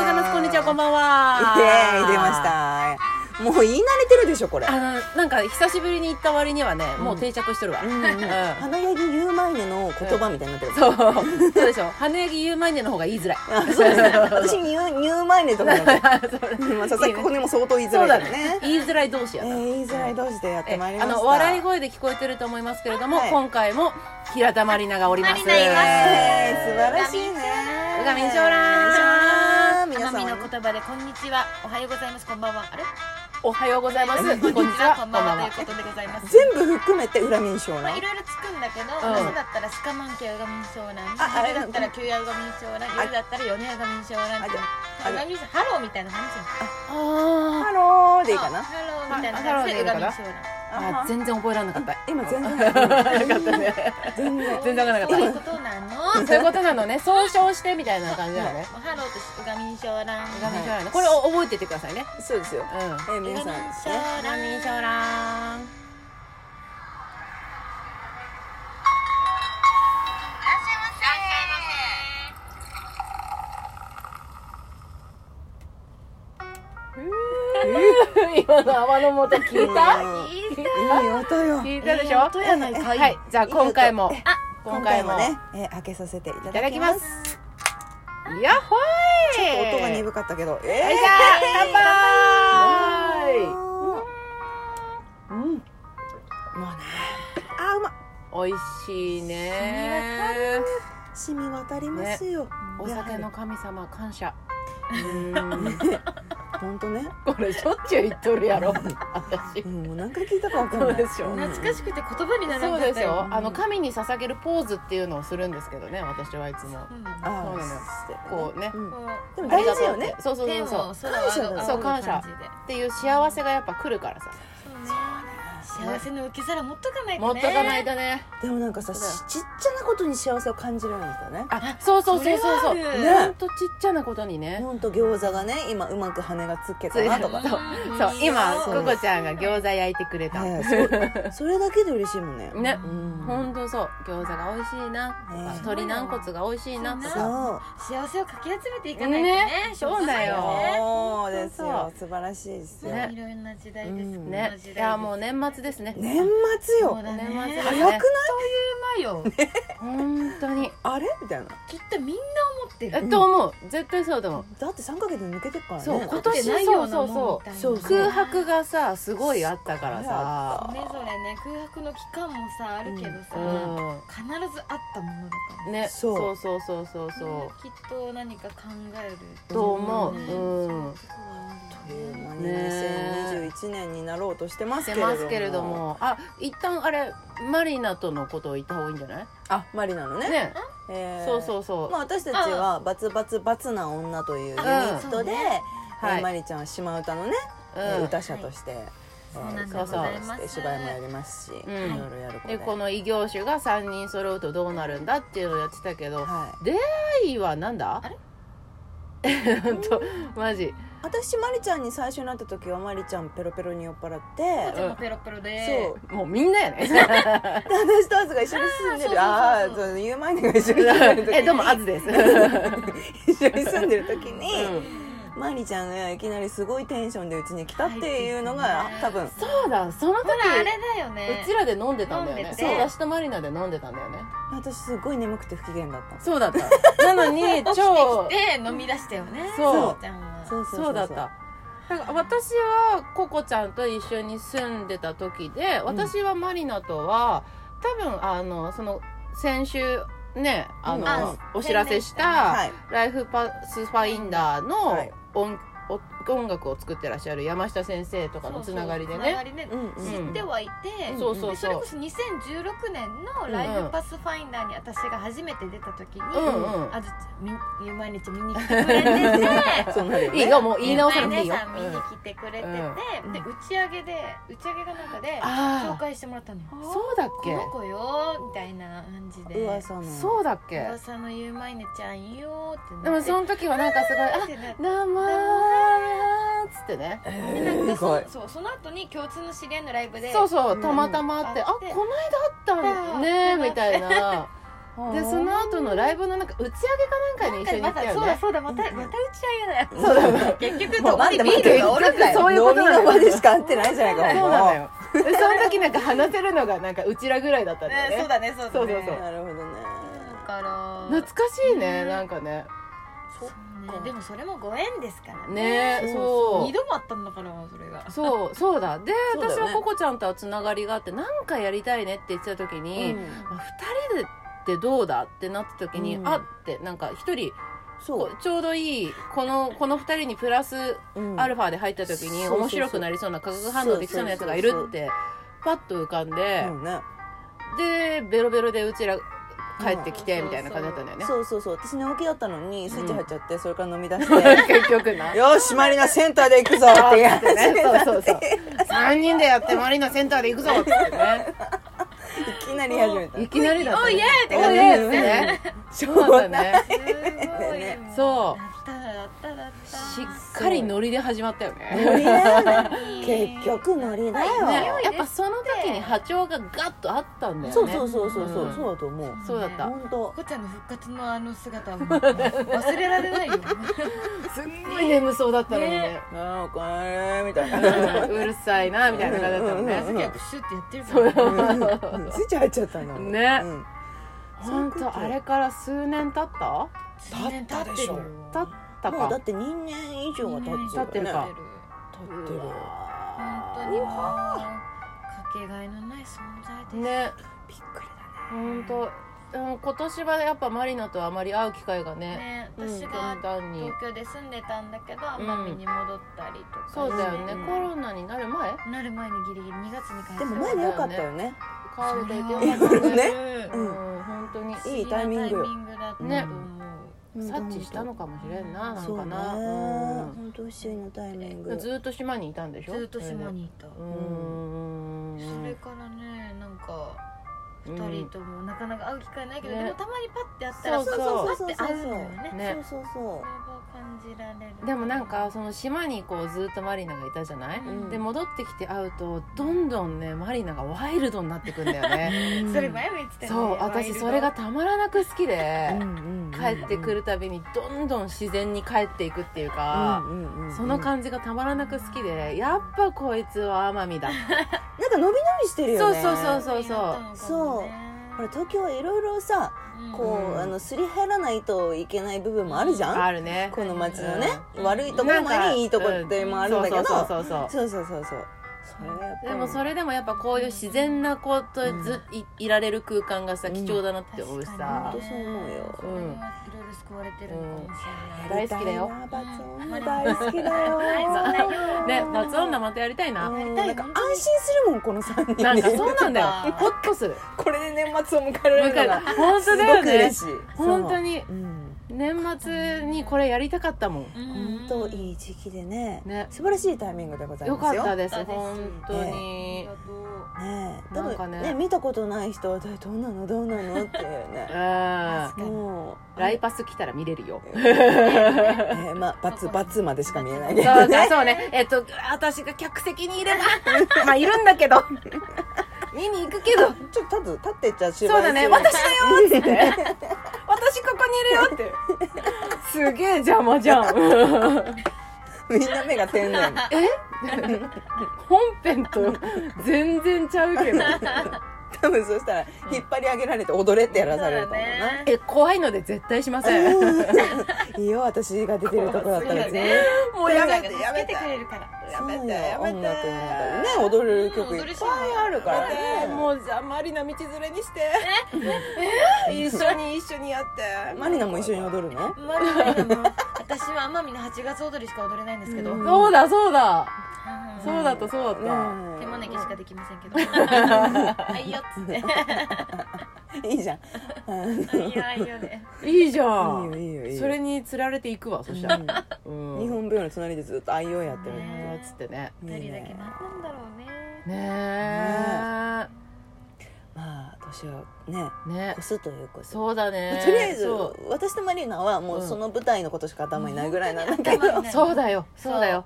こんばんはイエーイ出ましたもう言い慣れてるでしょこれあのなんか久しぶりに行った割にはね、うんもう定着してるわ、うんうんうん花柳ゆうまいねの言葉みたいになって る、そうそうでしょ花焼き言う前にの方が言いづらいあそうですね私ゆうゆうまいねとかだとまあ佐々木ここにも相当言いづらいからね言いづらい同士やえった、ー、言いづらい同士でやってえまいりまあしたの笑い声で聞こえてると思いますけれども、はい今回も平田まりながおりますマリナいますえー素晴らしいねうがみんしょうらうがみんしょうら皆奄さ美んのは言葉でこんにちは、おはようございます、こんばんは。あれ、おはようございますこんにちこんにちは、はここんんばばんんははということでございます。全部含めて裏民将まなあいろいろつくんだけど、うん朝だったら鹿マンケウガミンショウラン、ああれ昼だったら旧ヤウガミンショウラン、夜だったらヨネウガミンショウランって。あれウガミンショウハローみたいな話。あハローでいいかハなローみたいなハロー話ででいいウかガなミンショウラン。ーあ全然覚えられなかった今全然なかったね全然全然わかんなかったそういうことなの。もうそういうことなのね総称してみたいな感じだよねハローとウガミンショウラン。おがみしょうらんねこれを覚えててくださいねそうですようんおえー、皆さんですねがみしょうらん今の泡の元聞いたうんいいですいい音よ聞いたでしょ音やないかいはいじゃあ今回もあ今今回回ももねね、えー開けさせていいたただだききまますすやっほーいちょっと音が鈍かったけどえはいえじゃあうん乾もうねあーうまっ杯美味しいね染み渡りますよお酒の神様感謝 本当ねこれしょっちゅう言っとるやろ私うんもう何回聞いたかわかんないそうでしょ懐かしくて言葉にならそなうかっですたよよあの神に捧げるポーズっていうのをするんですけどね私はいつもうんこあそうなのよーこうねんうでも大事よありねがとうってそうそう手そうをそう空を仰ぐそう感謝感じでっていう幸せがやっぱ来るからさそうね幸せの受け皿持っとかないとね持っとかないとねでもなんかさそうだよしちっちゃなことに幸せを感じるようになったねあそうそうそうそうそうそれはあるほねんとちっちゃなことにねほんと餃子がね今うまく羽がつけたなとかついはそう今そうココちゃんが餃子焼いてくれたいはいそうそれだけで嬉しいもんねねうんほんとそう餃子が美味しいなね鶏軟骨が美味しいなとそそうかう幸せをかき集めていかないとねねそうだよそうですそよう素晴らしいですよねねいろんな時代ですうんねいやもう年末ですね年末そうよだね年末早く早くないまよ本当にあれみたいなきっとみんな思ってえると思う絶対そうだもんだって3ヶ月抜けてるからねそう今思って年ないようなもんみたいなそうそうそう空白がさすごいあったからそされぞれね空白の期間もさあるけどうさん必ずあったものだからねそそううそうそうそうそきっと何か考えるうと思うねうんという間にね2021年になろうとしてましすてけれどもますけれどもあ一旦あれマリナとのことを言った方がいいんじゃないあマリナのねねえーそうそうそうまあ、私たちは「バツバツバツな女」というユニットで、うんえーはいマリちゃんは島唄のね、うん歌者として、えそうなんで活動ございますして芝居もやりますし、うんいろいろやる子ででこの異業種が3人揃うとどうなるんだっていうのをやってたけどはい、愛はなんだあれえほんとマジ私マリちゃんに最初に会った時はマリちゃんペロペロに酔っ払って、でもペロペロそでうもうみんなやねで私とアズが一緒に住んでるあああーそうそうそうそうーそう言う前にが一緒に住んでる時 にえどうもアズです一緒に住んでる時に、うんマリちゃんがいきなりすごいテンションでうちに来たっていうの入がってきてね多分そうだその時ほらあれだよねうちらで飲んでたんだよ飲ねんでてそう私とマリナで飲んでたんだよね私すごい眠くて不機嫌だったそうだったなの に超起きてきて飲み出したよねそうちゃんはそうそうだっただから私はココちゃんと一緒に住んでた時で私はマリナとは多分あのその先週ねあうんのあ、お知らせしはたい「ライフパスファインダー」はのい音,お、音楽を作ってらっしゃる山下先生とかのつながりでねうんつながりね知ってはいてうんそうそうでそれそうこそ2016年の「ライフパスファインダー」に私が初めて出た時にうんうんあずみ毎日見に来てくれててそうなるよねいいよも う言い直さなくてい皆いよ、さん見に来てくれててうんで打ち上げで打ち上げがなんかで紹あ介してもらったのよあそうだっこけの子よみたいな感じで噂のそうだっけ噂のゆうまいねちゃんよってなってでもその時はなんかすごい「あってなって名前」つってねでえなんーかすごいそそうその後に共通の知り合いのライブでそうそそううたまたまあって「うんあこの間あったんね」だみたいなでその後のライブのなんか打ち上げかなんかに一緒に行まったたよそうだねそうだまたまた打ち上げだよ そうだそうだ結局もうと待ってビ待っールてがおるからそういうことなの飲みの場でしか会ってないじゃないかそうなのよでその時なんか話せるのがなんかうちらぐらいだったんだよねねそうだねそうだねそうそうなるほどねだから懐かしいねうんなんかねそうねでもそれもご縁ですからねねそうそう二度もあったんだからそれがそうそうだでそうだ私よねはココちゃんとはつながりがあってなんかやりたいねって言ってた時に、うんまあ二人でってどうだってなった時に、うんあってなんか一人そこうちょうどいいこのこの二人にプラスう、うんアルファで入った時にそうそうそう面白くなりそうな化学反応できそうなやつがいるってパッと浮かんでう、んねでベロベロでうちら帰ってきてうんみたいな感じだったんだ よね、そうそうそう私寝起きだったのにスイッチ入っちゃって、それから飲み出して結局なよしマリナセンターで行くぞってやってねそうそうそう3人でやってマリナセンターで行くぞってねいきなり始めたいきなりだったおいイエーイっておい感じイエーイってねそうだねすごい、ねそうだっただっただったしっかりノリで始まったよねノリだよねいい結局ノリだよ、ねねやっぱその時に波長がガッとあったんだよねそうそうそうそうそう、うんそうだと思うそうだった本当こちゃんの復活のあの姿はもう忘れられないよすんごい眠そうだったのにねねああこれみたいな うんうるさいなみたいな感じだったのねうん早くシュッてやってるからねうんスイッチ入っちゃったのねん、本当あれから数年経った10年経ってるよ経ったもうだかって2年以上は経っちゃう経ってるかね経ってうるわ本当にもうかけがえのない存在です、ねびっくり本当でも今年はやっぱマリナとあまり会う機会がねねうん私が簡単に東京で住んでたんだけど奄美に戻ったりとかしてそうだよね、うんコロナになる前なる前にギリギリ2月に帰ってだでも前でよかったよね帰れてよかそれったねはねう、うん本当に不思議いいタイミングなタイミングだったとね思察知したのかもしれんななんそうかねな本当不思議なタイミンうグん、ずっと島にいたんでしょうずっと島にいた、それでうんそれからねなんかうん2人ともなかなか会う機会ないけど、ねでもたまにパッて会ったそらうそうパッて会うのよねねそうそうそそれを感じられるでもなんかその島にこうずっとマリナがいたじゃない、うんで戻ってきて会うとどんどんねマリナがワイルドになってくんだよね うそれ前も言ってたよそねうワイ私ルドそれがたまらなく好きで、帰ってくるるたびにどんどん自然に帰っていくっていうか、その感じがたまらなく好きでやっぱこいつは奄美だ、なんか伸び伸びしてるよそうねそうそううそうそうそうほら東京はいろいろさこう、うんあのすり減らないといけない部分もあるじゃんあるね この街のね、うん悪いところもなあんかりいいところってもあるんだけど、うんそうそうそうそうそそうそうそうそうそれがやうっぱでりもそれでもやっぱこういう自然な子とず、いいられる空間がさうん貴重だなって思うしさ、本当そう思うようんうんいろいろ救われてるのかもしれない、大好きだよやりたいなバツオ大好き だよ ね松女またやりたいな、うんなんか安心するもんこの3人なんかそうでなんだよなんかホッとするこれで年末を迎えられ向るかのいが本当すだごよくね嬉しい本当にそううん年末にこれやりたかったもん本当いい時期でねね素晴らしいタイミングでございよますかよったですよ本当ありにがとうねえ多なんか分ねね見たことない人はどうなのどうなのっていううんねラも うイパス来たら見れるよえーまあバツバツまでしか見えないそけうどかねそうねえっと私が客席にいればまあいるんだけど見に行くけどちょっと立つ立ってっちゃうそうだね私だよっつって私ここにいるよってすげえ邪魔じゃん みんな目が天然本編と全然ちゃうけど多分そしたら引っ張り上げられて踊れってやらされると思うなえ怖いので絶対しませんいいよ私が出てるとこだったら全然もうややめめててややめめててくれるからそやうめよてやめ音楽ての中でね踊る曲いっぱいあるからうねもうじゃあマリナ道連れにして一緒に一緒にやってマリナも一緒に踊るのまあでも私は奄美の8月踊りしか踊れないんですけど、うんそうだそうだはいそうだったそうだったねえ手招きしかできませんけどはいよっつっていいじゃんはいよはいよでいいじゃいいよんいいよいいよそれに釣られていくわそしたらうん日本舞踊の隣でずっと IO やってるのうんつってね二いい人だけねなんだろうねねまあ年はねえね越すということそうだねとりあえずそう私とマリナはもうその舞台のことしか頭にないぐらいなんだけ頭どにないそうだよそうだよ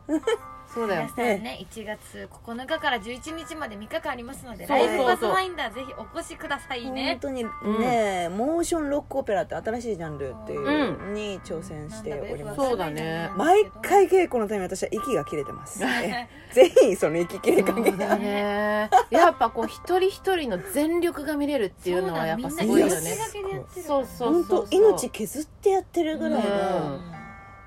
そうだよ皆さんね1月9日から11日まで3日間ありますのでそうそうライブパスファインダーぜひお越しください本ね当にね、モーションロックオペラって新しいジャンルっていうのに挑戦しております、そうだね毎回稽古のために私は息が切れてますぜひその息切れ加そう減がだねやっぱこう一人一人の全力が見れるっていうのはやっぱすごいよそうだみんなね命そうそう本そうそう当命削ってやってるぐらいの、うん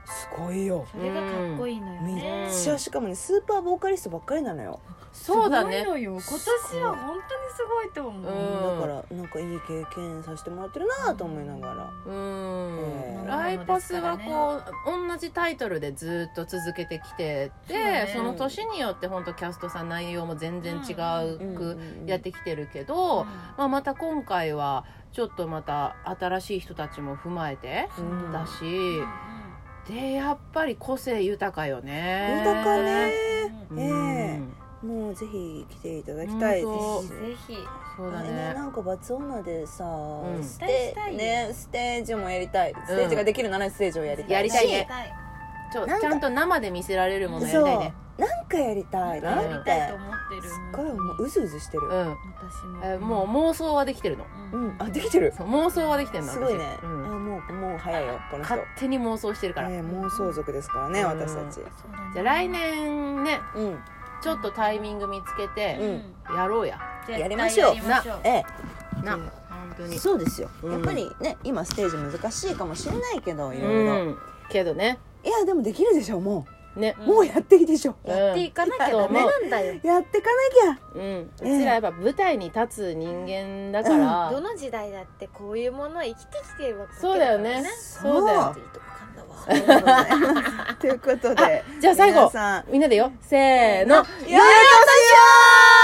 すごいよそれがかっこいいのよめねっちゃしかもねスーパーボーカリストばっかりなのよ、そうだねすごいのよ今年は本当にすごいと思ううんだからなんかいい経験させてもらってるなと思いながら、うんええライパスはこう同じタイトルでずっと続けてきててそうだねその年によって本当キャストさん内容も全然違うくやってきてるけど、まあ、また今回はちょっとまた新しい人たちも踏まえてうんだし、うんでやっぱり個性豊かよね豊かね、うんねもうぜひ来ていただきたい本当ですうんぜひそうだねねなんかバツオーナでさ、んステ絶対したいよね、ステージもやりたいステージができるならステージをやりたい、やりたいねちょなんかちゃんと生で見せられるものやそりうたいねなんかやりたいなんかなやんりてたいと思ってるすっごいもううずうずしてう、るん私もえもう妄想はできてるのううんんあできてるそう妄想はできてるのすごいね、私うんあもうもう早いよこの人、勝ね、手に妄想してるから、妄想族ですからね、うん私たちそうだねじゃあ来年ねうんちょっとタイミング見つけうてんやろうや、絶対やりましょうやりましょうええなうん本当にそうですよ、うんやっぱりね今ステージ難しいかもしれないけどいろいろ、うんけどねいやでもできるでしょもねう、うんもうやっていいでしょ、うんやっていかなきゃダメなんだよやってかなきゃうん、うちらやっぱ舞台に立つ人間だから、どの時代だってこういうものは生きてきてるわけそうだよねそうだよ生きてるとこかんだわありがとうござい ますということでじゃあ最後皆さんみんなでよせーの良いお年を